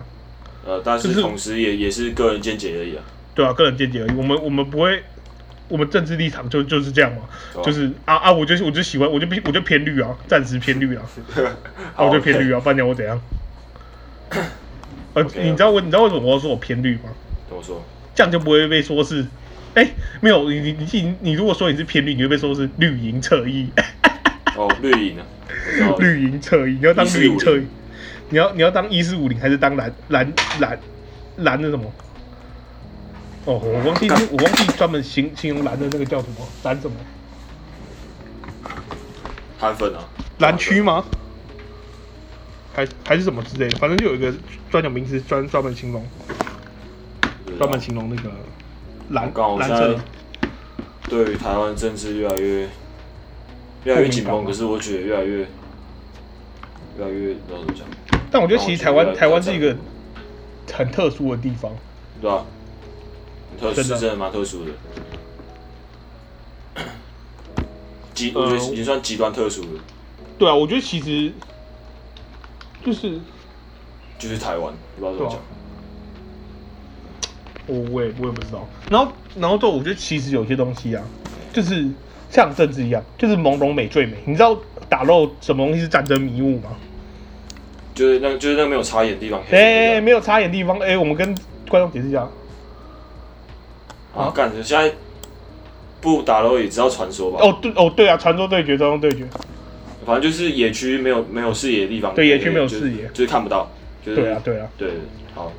[SPEAKER 5] 呃，但
[SPEAKER 4] 就是是
[SPEAKER 5] 同时也也是个人见解而已啊，
[SPEAKER 4] 对啊，个人见解而已。我们我们不会，我们政治立场就就是这样嘛，
[SPEAKER 5] 对啊
[SPEAKER 4] 就是啊啊，我就我就喜欢，我就必我就偏绿啊，暂时偏绿啊，啊
[SPEAKER 5] (laughs) 好
[SPEAKER 4] 我就偏绿
[SPEAKER 5] 啊，
[SPEAKER 4] 啊，不然你要我怎样？呃
[SPEAKER 5] OK
[SPEAKER 4] 你知道我你知道为什么我要说我偏绿吗？
[SPEAKER 5] 跟我说，
[SPEAKER 4] 这样就不会被说是，哎、没有你你你你你如果说你是偏绿，你会被说是绿营侧翼， (laughs)
[SPEAKER 5] 哦，绿营啊，我知道了
[SPEAKER 4] 绿营侧翼，你要当绿营侧翼
[SPEAKER 5] 1450，
[SPEAKER 4] 你要你要当一四五零还是当蓝蓝蓝蓝那什么？哦，我忘记我忘记专门形形容蓝的那个叫什么蓝什么
[SPEAKER 5] 韩粉啊，
[SPEAKER 4] 蓝区吗？还还是什么之类的，反正就有一个专有名词专专门形容
[SPEAKER 5] 对啊
[SPEAKER 4] 专门形容那个蓝
[SPEAKER 5] 刚好
[SPEAKER 4] 蓝
[SPEAKER 5] 现在
[SPEAKER 4] 色。
[SPEAKER 5] 对于台湾政治越来越越来越紧
[SPEAKER 4] 不明
[SPEAKER 5] 绷，
[SPEAKER 4] 白
[SPEAKER 5] 可是我觉得越来越越来越不知道怎么讲，
[SPEAKER 4] 但我觉得其实台湾
[SPEAKER 5] 然后就
[SPEAKER 4] 台湾是一个很特殊的地方，
[SPEAKER 5] 对吧、很特殊
[SPEAKER 4] 真的啊
[SPEAKER 5] 是真的蛮特殊的，极我觉得
[SPEAKER 4] 呃
[SPEAKER 5] 已经算极端特殊了，
[SPEAKER 4] 对啊，我觉得其实就是
[SPEAKER 5] 就是台湾，不知道怎
[SPEAKER 4] 对
[SPEAKER 5] 么讲
[SPEAKER 4] 啊。我哦我也我也不知道。然后然后就我觉得其实有些东西啊，就是像政治一样，就是朦胧美最美。你知道打肉什么东西是战争迷雾吗？
[SPEAKER 5] 就是那个，就是那个没有插眼的地方黑
[SPEAKER 4] 啊哎、
[SPEAKER 5] 的那个。
[SPEAKER 4] 没有插眼地方，哎、我们跟观众解释一下。
[SPEAKER 5] 啊，干！现在不打楼也知道传说吧？
[SPEAKER 4] 哦，对哦对啊，传说对决，传说对决，
[SPEAKER 5] 反正就是野区没有没有视野的地方，
[SPEAKER 4] 对
[SPEAKER 5] 黑
[SPEAKER 4] 野区没有
[SPEAKER 5] 就是
[SPEAKER 4] 视野
[SPEAKER 5] 就是看不到。就是
[SPEAKER 4] 对啊对啊。
[SPEAKER 5] 对，好，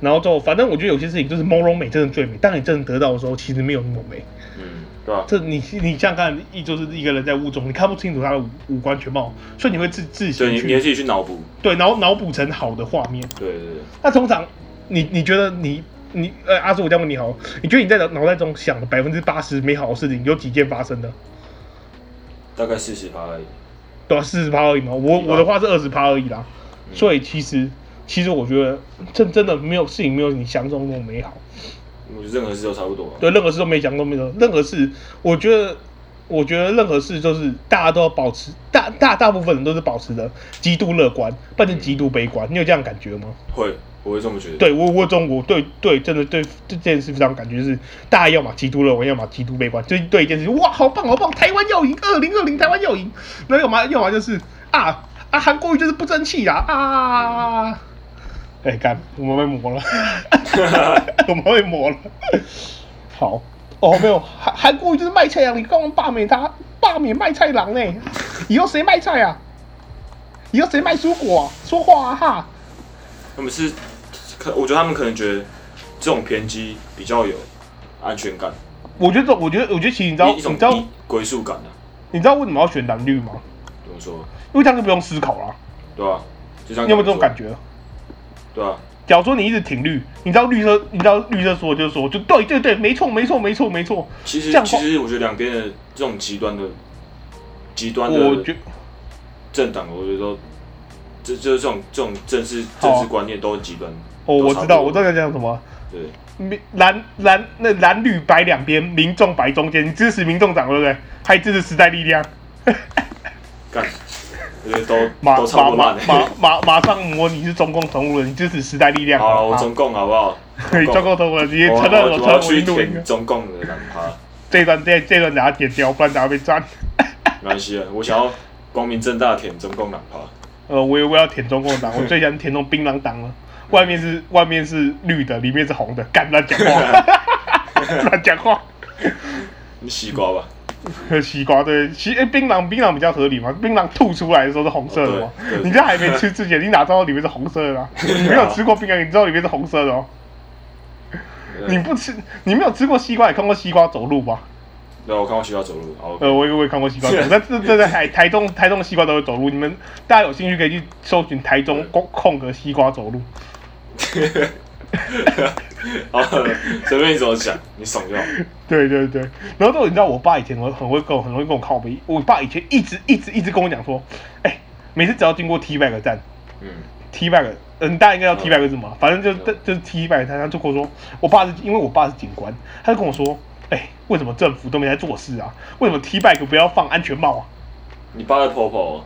[SPEAKER 4] 然后就反正我觉得有些事情就是朦胧美真的最美，当你真的得到的时候，其实没有那么美。
[SPEAKER 5] 嗯，对吧？
[SPEAKER 4] 这你你想想看，一就是一个人在雾中，你看不清楚他的五五官全貌，所以你会自自
[SPEAKER 5] 所以
[SPEAKER 4] 行
[SPEAKER 5] 你你要
[SPEAKER 4] 去
[SPEAKER 5] 自己去脑补，
[SPEAKER 4] 对，然后脑补成好的画面。
[SPEAKER 5] 对对对。
[SPEAKER 4] 那通常你你觉得你你呃阿叔，我这样问你好了，你觉得你在脑脑袋中想的百分之八十美好的事情有几件发生的？
[SPEAKER 5] 大概四十趴而已。
[SPEAKER 4] 对啊，四十趴而已嘛。我
[SPEAKER 5] 嗯
[SPEAKER 4] 我的话是二十趴而已啦。所以其实其实我觉得真真的没有事情没有你想象中那么美好。
[SPEAKER 5] 我觉得任何事都差不多吧。啊
[SPEAKER 4] 对，任何事都没讲都没有，任何事，我觉得，我觉得任何事就是大家都要保持，大大大部分人都是保持着极度乐观，不然就极度悲观。你有这样感觉吗？
[SPEAKER 5] 会，我会这么觉得。
[SPEAKER 4] 对我，我中国对对，真的对对这件事非常感觉就是，大家要么极度乐观，要么极度悲观，就是对一件事情，哇，好棒好棒，台湾要赢，二零二零台湾要赢，那要么要么就是啊啊，韩国瑜就是不争气啦啊。哎，干，我们被磨了，我们被磨了。好，哦，没有，韩韩国瑜就是卖菜郎，你刚刚罢免他，罢免卖菜郎呢？以后谁卖菜啊？以后谁卖蔬果、啊？说话啊哈！
[SPEAKER 5] 他们是，可我觉得他们可能觉得这种偏激比较有安全感，
[SPEAKER 4] 我觉得这，我觉得，我觉得，其实你知道，
[SPEAKER 5] 一
[SPEAKER 4] 你
[SPEAKER 5] 一种
[SPEAKER 4] 知道，
[SPEAKER 5] 一归属感啊。
[SPEAKER 4] 你知道为什么要选蓝绿吗？
[SPEAKER 5] 怎么说？
[SPEAKER 4] 因为这样就不用思考了。啊
[SPEAKER 5] 对吧？就像
[SPEAKER 4] 你有没有这种感
[SPEAKER 5] 觉？
[SPEAKER 4] 觉？
[SPEAKER 5] 对吧？
[SPEAKER 4] 假如说你一直挺绿，你知道绿色，你知道绿色说的就是说，就对对对，没错没错没错没错。
[SPEAKER 5] 其实
[SPEAKER 4] 这样
[SPEAKER 5] 其
[SPEAKER 4] 话
[SPEAKER 5] 实我觉得两边的这种极端的极端
[SPEAKER 4] 我觉
[SPEAKER 5] 的政党，我觉得都这就是这种这种政治
[SPEAKER 4] 好啊
[SPEAKER 5] 政治观念都很极端。
[SPEAKER 4] 哦，
[SPEAKER 5] 都
[SPEAKER 4] 我
[SPEAKER 5] 差
[SPEAKER 4] 知
[SPEAKER 5] 不
[SPEAKER 4] 道，
[SPEAKER 5] 多
[SPEAKER 4] 我知道你在讲什么。
[SPEAKER 5] 对，
[SPEAKER 4] 民蓝蓝那蓝绿白两边，民众白中间，你支持民众党对不对？还支持时代力量， (laughs)
[SPEAKER 5] 干， (laughs) 我觉得都
[SPEAKER 4] 马
[SPEAKER 5] 都差
[SPEAKER 4] 马
[SPEAKER 5] 不多
[SPEAKER 4] 马
[SPEAKER 5] 烂。欸
[SPEAKER 4] 马马马上模拟是中共同路人，你支持时代力量。
[SPEAKER 5] (laughs) 好了，我
[SPEAKER 4] 啊
[SPEAKER 5] 中共好不好？
[SPEAKER 4] (laughs) 对中共同路人，你也承认
[SPEAKER 5] 我
[SPEAKER 4] 我
[SPEAKER 5] 我
[SPEAKER 4] 承
[SPEAKER 5] 我要
[SPEAKER 4] 认我
[SPEAKER 5] 去
[SPEAKER 4] 印度人
[SPEAKER 5] 舔。中共的懒趴，
[SPEAKER 4] 这一段这这一段等下剪掉，不然等下被抓。
[SPEAKER 5] 没关系啊，我想要光明正大舔中共懒趴。
[SPEAKER 4] (laughs) 呃，我也我要舔中共党，我最想舔那种槟榔党了。外面是外面是绿的，里面是红的，敢乱讲
[SPEAKER 5] (laughs)
[SPEAKER 4] 话，乱讲话。
[SPEAKER 5] 你西瓜吧，
[SPEAKER 4] 喝西瓜对，西诶槟榔槟榔比较合理嘛，槟榔吐出来的时候是红色的嘛
[SPEAKER 5] 哦对对。
[SPEAKER 4] 你在还没吃之前，你哪知道里面是红色的啊？你没有吃过槟榔，你知道里面是红色的哦。嗯你不吃，你没有吃过西瓜，也看过西瓜走路吧？
[SPEAKER 5] 对，啊我看过西瓜走路，好，
[SPEAKER 4] 呃，我也我也看过西瓜走路，但这这在台台中台中的西瓜都会走路，你们大家有兴趣可以去搜寻台中空空格西瓜走路。
[SPEAKER 5] 好，随便你怎么想，你爽就好。
[SPEAKER 4] 对对对，然后都你知道，我爸以前我很会跟我很容易跟我靠背，我爸以前一直一直一直跟我讲说，哎、每次只要经过 T back 站
[SPEAKER 5] 嗯，
[SPEAKER 4] ，T back，嗯，大家应该知道 T back 是什么，反正就就是 T back 站，他就跟我说，我爸是因为我爸是警官，他就跟我说，哎、为什么政府都没在做事啊？为什么 T back 不要放安全帽啊？
[SPEAKER 5] 你爸在哦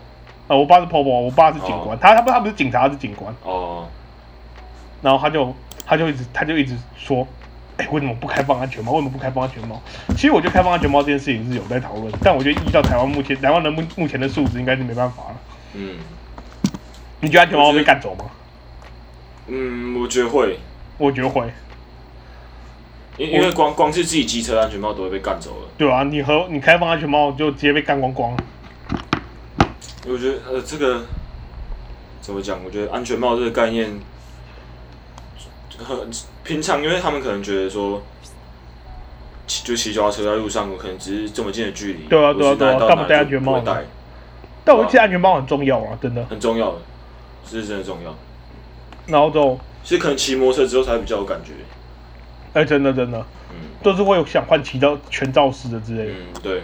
[SPEAKER 5] Popo
[SPEAKER 4] 啊，我爸是 POPO，我爸是警官，他他不他不是警察，他是警官，
[SPEAKER 5] 哦，
[SPEAKER 4] 然后他就他就一直他就一直说，哎、为什么不开放安全帽？为什么不开放安全帽？其实我觉得开放安全帽这件事情是有在讨论，但我觉得依照台湾目前台湾的目目前的素质，应该是没办法了。
[SPEAKER 5] 嗯
[SPEAKER 4] 你觉得安全帽会被赶走吗？
[SPEAKER 5] 嗯，我觉得会，
[SPEAKER 4] 我觉得会，
[SPEAKER 5] 因因为光光是自己机车安全帽都会被干走了。
[SPEAKER 4] 对啊，你和你开放安全帽就直接被干光光了。
[SPEAKER 5] 我觉得呃，这个怎么讲？我觉得安全帽这个概念，很平常，因为他们可能觉得说，骑就骑脚踏车在路上，我可能只是这么近的距离，
[SPEAKER 4] 对啊
[SPEAKER 5] 我是
[SPEAKER 4] 对啊对啊
[SPEAKER 5] 拿到
[SPEAKER 4] 干嘛
[SPEAKER 5] 哪
[SPEAKER 4] 戴
[SPEAKER 5] 就
[SPEAKER 4] 安全
[SPEAKER 5] 不
[SPEAKER 4] 帽
[SPEAKER 5] 会
[SPEAKER 4] 呢
[SPEAKER 5] 戴，
[SPEAKER 4] 但我觉得安全帽很重要啊，真的。
[SPEAKER 5] 很重要的，这是真的重要。
[SPEAKER 4] 然后就，
[SPEAKER 5] 所以可能骑摩托车之后才会比较有感觉。
[SPEAKER 4] 哎、真的真的，
[SPEAKER 5] 嗯
[SPEAKER 4] 就是会有想换骑到全罩式的之类的，
[SPEAKER 5] 嗯，对，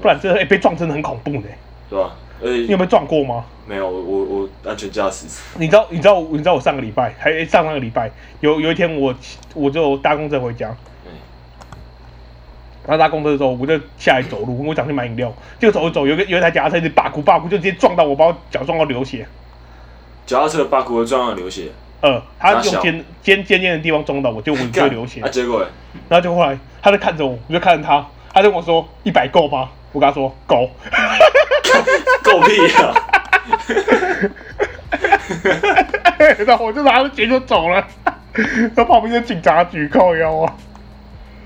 [SPEAKER 4] 不然真的、哎被撞真的很恐怖呢、
[SPEAKER 5] 对吧？而
[SPEAKER 4] 你有
[SPEAKER 5] 且
[SPEAKER 4] 没有撞过吗？
[SPEAKER 5] 没有我我我安全驾驶，
[SPEAKER 4] 你知道，你知道，你知道我上个礼拜还上上个礼拜有有一天我骑我就搭公车回家，
[SPEAKER 5] 嗯
[SPEAKER 4] 然后搭公车的时候我就下来走路，我想去买饮料，就走一走，有一个有一台脚踏车一直罢咕罢咕，就直接撞到我，把我脚撞到流血。
[SPEAKER 5] 脚踏车的 bug 会撞到流血，
[SPEAKER 4] 呃，他
[SPEAKER 5] 哪
[SPEAKER 4] 用
[SPEAKER 5] 小
[SPEAKER 4] 尖尖尖尖的地方撞到我，就我就会流血
[SPEAKER 5] 啊，。结
[SPEAKER 4] (laughs)
[SPEAKER 5] 果嘞
[SPEAKER 4] 然后就后来他就看着我，我就看着他，他就跟我说一百够吗？我跟他说够。
[SPEAKER 5] 狗
[SPEAKER 4] (laughs)
[SPEAKER 5] 屁啊！
[SPEAKER 4] 然后我就拿着钱就走了，然后旁边的警察局靠腰啊。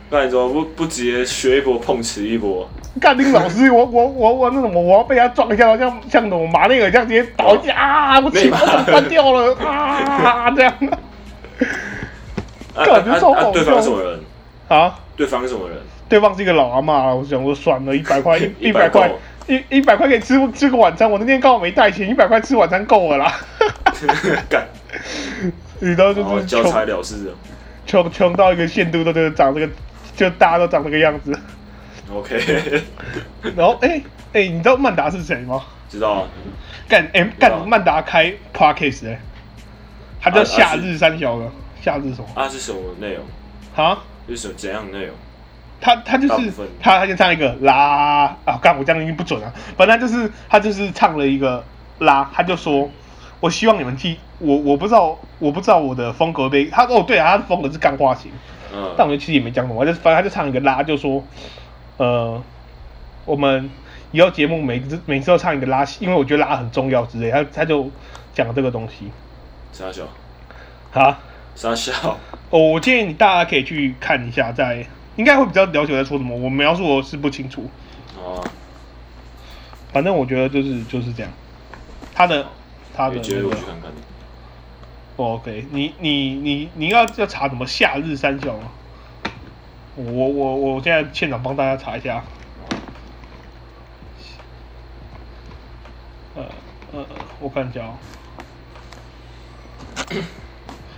[SPEAKER 5] 不然你怎么不不直接学一波碰瓷一波？
[SPEAKER 4] 干那个老 (laughs) 师，我我我我那什么，我要被他撞一下，像像什么马内尔这样直接倒下啊！我气
[SPEAKER 5] 内马
[SPEAKER 4] 泡
[SPEAKER 5] 尔
[SPEAKER 4] 都翻掉了啊！这 (laughs) 样
[SPEAKER 5] 啊
[SPEAKER 4] 干这
[SPEAKER 5] 啊
[SPEAKER 4] 超
[SPEAKER 5] 啊
[SPEAKER 4] 好
[SPEAKER 5] 啊！对方是什
[SPEAKER 4] 笑
[SPEAKER 5] 么人？
[SPEAKER 4] 啊，
[SPEAKER 5] 对方是什么
[SPEAKER 4] (laughs)
[SPEAKER 5] 人？
[SPEAKER 4] 对方是一个老阿妈，我想说算了，一百 (laughs) 块一一百块
[SPEAKER 5] 够
[SPEAKER 4] 一一百块可以吃吃个晚餐，我那天刚好没带钱，一百块吃晚餐够了啦。 (laughs)
[SPEAKER 5] 干，
[SPEAKER 4] 你知道就
[SPEAKER 5] 然后
[SPEAKER 4] 是
[SPEAKER 5] 交差
[SPEAKER 4] 穷
[SPEAKER 5] 了事了。
[SPEAKER 4] 穷穷到一个限度，都就是长这个，就大家都长这个样子。
[SPEAKER 5] OK， (laughs)
[SPEAKER 4] 然后哎哎、你知道曼达是谁吗？
[SPEAKER 5] 知道啊。
[SPEAKER 4] 干哎、
[SPEAKER 5] 知道
[SPEAKER 4] 干曼达开 podcast 哎、他叫
[SPEAKER 5] 啊啊
[SPEAKER 4] 夏
[SPEAKER 5] 是
[SPEAKER 4] 日三小的、夏日什么
[SPEAKER 5] 啊是什么内容？
[SPEAKER 4] 啊？
[SPEAKER 5] 是什么怎样的内容？
[SPEAKER 4] 他他就
[SPEAKER 5] 大部
[SPEAKER 4] 是
[SPEAKER 5] 分
[SPEAKER 4] 他他就唱一个啦啊，干我这样已经不准了，反正他就是他就是唱了一个啦，他就说，我希望你们记我我不知道我不知道我的风格被他哦对啊，他的风格是干化型，
[SPEAKER 5] 嗯，
[SPEAKER 4] 但我觉得其实也没讲什么，他就反正他就唱一个啦，就说，呃，我们以后节目每次每次都唱一个啦，因为我觉得啦很重要之类，他他就讲这个东西
[SPEAKER 5] 傻笑，
[SPEAKER 4] 啊。
[SPEAKER 5] 傻笑，
[SPEAKER 4] 哦，我建议你大家可以去看一下在，应该会比较了解我在说什么。我描述我是不清楚，
[SPEAKER 5] 哦，
[SPEAKER 4] 反正我觉得就是就是这样。他的他的
[SPEAKER 5] 有机
[SPEAKER 4] 那
[SPEAKER 5] 会
[SPEAKER 4] 个
[SPEAKER 5] 我去看看。
[SPEAKER 4] 哦 OK，你你你你要要查什么夏日三小吗？我我我现在现场帮大家查一下。呃呃，我看一下哦。 (coughs)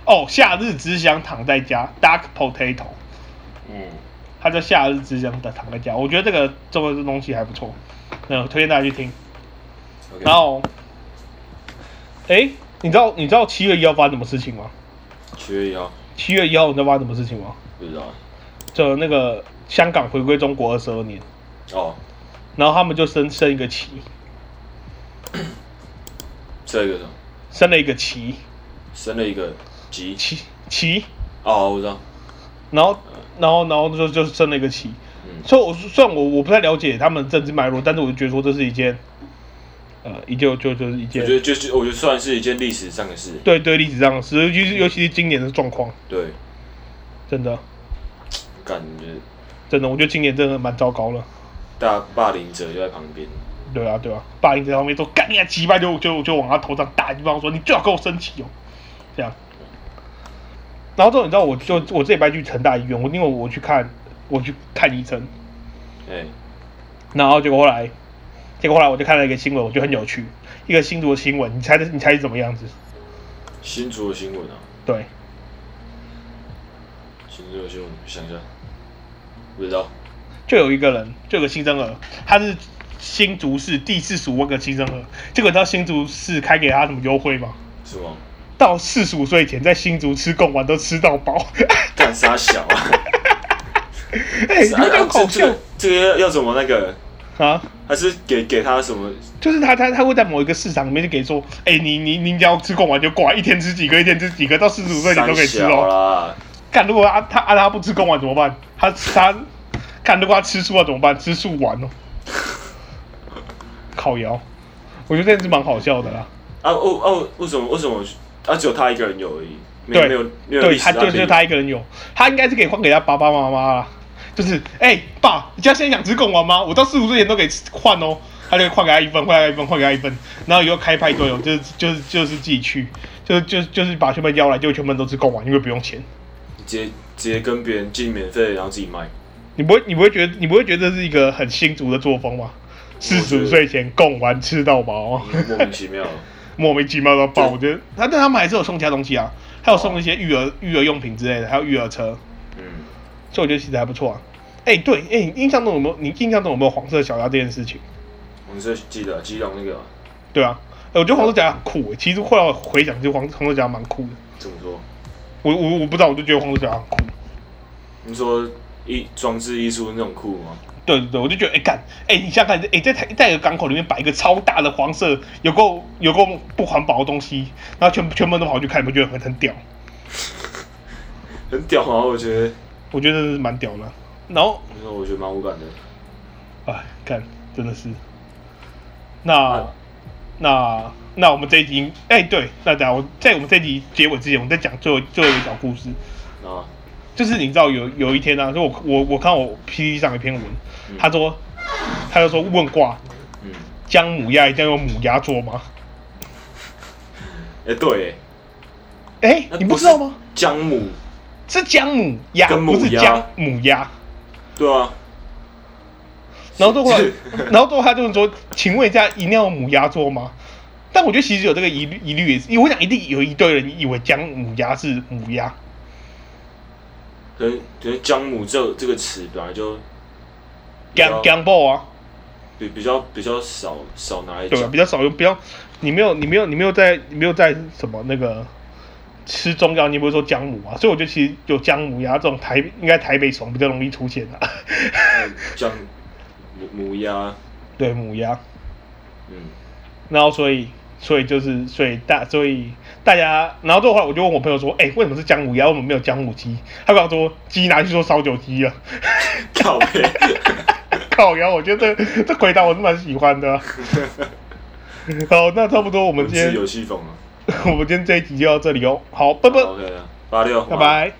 [SPEAKER 4] 哦，夏日只想躺在家，Dark Potato。
[SPEAKER 5] 嗯，
[SPEAKER 4] 他叫《夏日之乡的躺在家，我觉得这个中文这东西还不错，那我推荐大家去听。然后，哎、你知道你知道七月一号发生什么事情吗？
[SPEAKER 5] 七月一号，
[SPEAKER 4] 七月一号你知道发生什么事情吗？
[SPEAKER 5] 不知道。
[SPEAKER 4] 就那个香港回归中国二十二年，
[SPEAKER 5] 哦，
[SPEAKER 4] 然后他们就升升一个旗，
[SPEAKER 5] 这个什么，
[SPEAKER 4] 升了一个旗
[SPEAKER 5] 升了一个级。
[SPEAKER 4] 旗旗，
[SPEAKER 5] 哦，我知道。
[SPEAKER 4] 然后然后然后就就升了一个旗。
[SPEAKER 5] 嗯
[SPEAKER 4] 所以我虽然我我不太了解他们的政治脉络，但是我就觉得说这是一件，呃，一就就就是一件
[SPEAKER 5] 我觉得就是，我觉得算是一件历史上的事。
[SPEAKER 4] 对对，历史上是，尤其是尤其是今年的状况，
[SPEAKER 5] 对，
[SPEAKER 4] 真的
[SPEAKER 5] 感觉
[SPEAKER 4] 真的，我觉得今年真的蛮糟糕了。
[SPEAKER 5] 大霸凌者就在旁边。
[SPEAKER 4] 对啊对啊，霸凌在旁边说干你啊击败就就就往他头上打一棒，说你最好跟我生气哦，这样。然后之后你知道我就我这礼拜去成大医院，我因为我去看我去看医生，
[SPEAKER 5] 哎，
[SPEAKER 4] 然后结果后来结果后来我就看了一个新闻，我觉得很有趣，一个新竹的新闻，你猜你猜是怎么样子？
[SPEAKER 5] 新竹的新闻啊，
[SPEAKER 4] 对，
[SPEAKER 5] 新竹的新闻，想一下，不知道。
[SPEAKER 4] 就有一个人，就有个新生儿，他是新竹市第四十五万个新生儿，结果你知道新竹市开给他什么优惠吗？
[SPEAKER 5] 是吗？
[SPEAKER 4] 到四十五岁前在新竹吃贡丸都吃到饱， (laughs)
[SPEAKER 5] 干傻小啊！
[SPEAKER 4] 哎、你不觉得好笑
[SPEAKER 5] 这个这个要要怎么那个？
[SPEAKER 4] 啊？
[SPEAKER 5] 还是给给他什么？
[SPEAKER 4] 就是他他他会在某一个市场里面就给说，哎、你你你只要吃贡丸就过来，一天吃几个，一天吃几个，到四十五岁你都可以吃
[SPEAKER 5] 三小
[SPEAKER 4] 哦。
[SPEAKER 5] 啦，
[SPEAKER 4] 干，如果他他啊他不吃贡丸怎么办？他他干，如果他吃素了怎么办？吃素丸哦， (laughs) 烤窑，我觉得这件事蛮好笑的啦。
[SPEAKER 5] 啊哦哦，为什么为什么啊只有他一个人有而已？没有
[SPEAKER 4] 对
[SPEAKER 5] 没有没有
[SPEAKER 4] 对，
[SPEAKER 5] 历史啊
[SPEAKER 4] 他
[SPEAKER 5] 案
[SPEAKER 4] 就
[SPEAKER 5] 例
[SPEAKER 4] 就他一个人有，他应该是可以换给他爸爸妈妈啦。就是，哎、爸，你家现在想吃贡丸吗？我到四五岁前都可以吃换哦。他就换给他一份，换给他一份，换给他一份，然后以后开派对哦，就是就是就是自己去，就就就是把全班邀来，就全班都吃贡丸，因为不用钱。
[SPEAKER 5] 你直接直接跟别人进免费，然后自己卖。
[SPEAKER 4] 你不会你不会觉得你不会觉得这是一个很新竹的作风吗？四十五岁前贡丸吃到饱，
[SPEAKER 5] 嗯莫名其妙。
[SPEAKER 4] 莫名其妙到爆。我觉得他但他们还是有送其他东西啊，还有送一些育儿育儿用品之类的，还有育儿车，
[SPEAKER 5] 嗯，
[SPEAKER 4] 所以我觉得其实还不错啊。哎、对，哎、你印象中有没有你印象中有没有黄色小鸭这件事情？
[SPEAKER 5] 我们是记得基隆那个啊
[SPEAKER 4] 对啊，哎、我觉得黄色小鸭很酷、其实后来我回想，就黄黄色小鸭蛮酷的。
[SPEAKER 5] 怎么说？
[SPEAKER 4] 我我我不知道，我就觉得黄色小鸭很酷。
[SPEAKER 5] 你说艺装置艺术那种酷吗？
[SPEAKER 4] 对对对，我就觉得，哎、干，哎、你想想看，哎、在台在一个港口里面摆一个超大的黄色，有够有够不环保的东西，然后全全部都跑去看，你不觉得很很屌？
[SPEAKER 5] 很屌啊！我觉得，
[SPEAKER 4] 我觉得真的是蛮屌的。然后，
[SPEAKER 5] 你说我觉得蛮无感的。
[SPEAKER 4] 哎，看，真的是。那那那我们这一集，哎、对，那等下我在我们这一集结尾之前，我们再讲最后最后一个小故事，
[SPEAKER 5] 啊，
[SPEAKER 4] 就是你知道有有一天呢、啊，就我我我看我 PPT 上有一篇文，
[SPEAKER 5] 嗯
[SPEAKER 4] 他说他就说问卦，
[SPEAKER 5] 嗯，
[SPEAKER 4] 姜母鸭一定要用母鸭做吗？
[SPEAKER 5] 哎、对，
[SPEAKER 4] 哎、
[SPEAKER 5] 那
[SPEAKER 4] 你不知道吗？？
[SPEAKER 5] 姜母，
[SPEAKER 4] 是姜母鸭，
[SPEAKER 5] 跟母
[SPEAKER 4] 不是
[SPEAKER 5] 鸭
[SPEAKER 4] 姜母
[SPEAKER 5] (laughs)
[SPEAKER 4] 鸭。
[SPEAKER 5] 对啊，
[SPEAKER 4] 然后最后来
[SPEAKER 5] 是，
[SPEAKER 4] 然后最后他就是说，请问一下，一定要有母鸭做吗？但我觉得其实有这个疑虑，疑虑也是，因为我想一定有一堆人以为姜母鸭是母鸭，
[SPEAKER 5] 可能可能姜母这这个词本来就比较
[SPEAKER 4] 姜姜爆啊，
[SPEAKER 5] 比比较比较少少拿来
[SPEAKER 4] 对吧？
[SPEAKER 5] 讲
[SPEAKER 4] 比，较少用，比较你没有你没有你没有在你没有在什么那个吃中药，你不会说姜母啊，所以我觉得其实有姜母鸭这种台应该台北爽比较容易出现啊， (laughs)
[SPEAKER 5] 嗯姜母母鸭，
[SPEAKER 4] 对母鸭。
[SPEAKER 5] 嗯， (laughs)
[SPEAKER 4] 然后所以所以就是所以大所以大家，然后最后后来我就问我朋友说，哎、为什么是姜母鸭，为什么没有姜母鸡？他跟我说鸡拿去做烧酒鸡了。啊
[SPEAKER 5] 靠背，
[SPEAKER 4] (laughs) 靠腰，我觉得这这回答我是蛮喜欢
[SPEAKER 5] (laughs)
[SPEAKER 4] 的啊、好，那差不多我
[SPEAKER 5] (laughs) 我
[SPEAKER 4] 们
[SPEAKER 5] 们
[SPEAKER 4] 今
[SPEAKER 5] 是
[SPEAKER 4] 天
[SPEAKER 5] 有戏风啊。
[SPEAKER 4] (laughs) 我们今天这一集就到这里哦。好，拜拜，
[SPEAKER 5] OK 啊，八六，
[SPEAKER 4] 拜拜。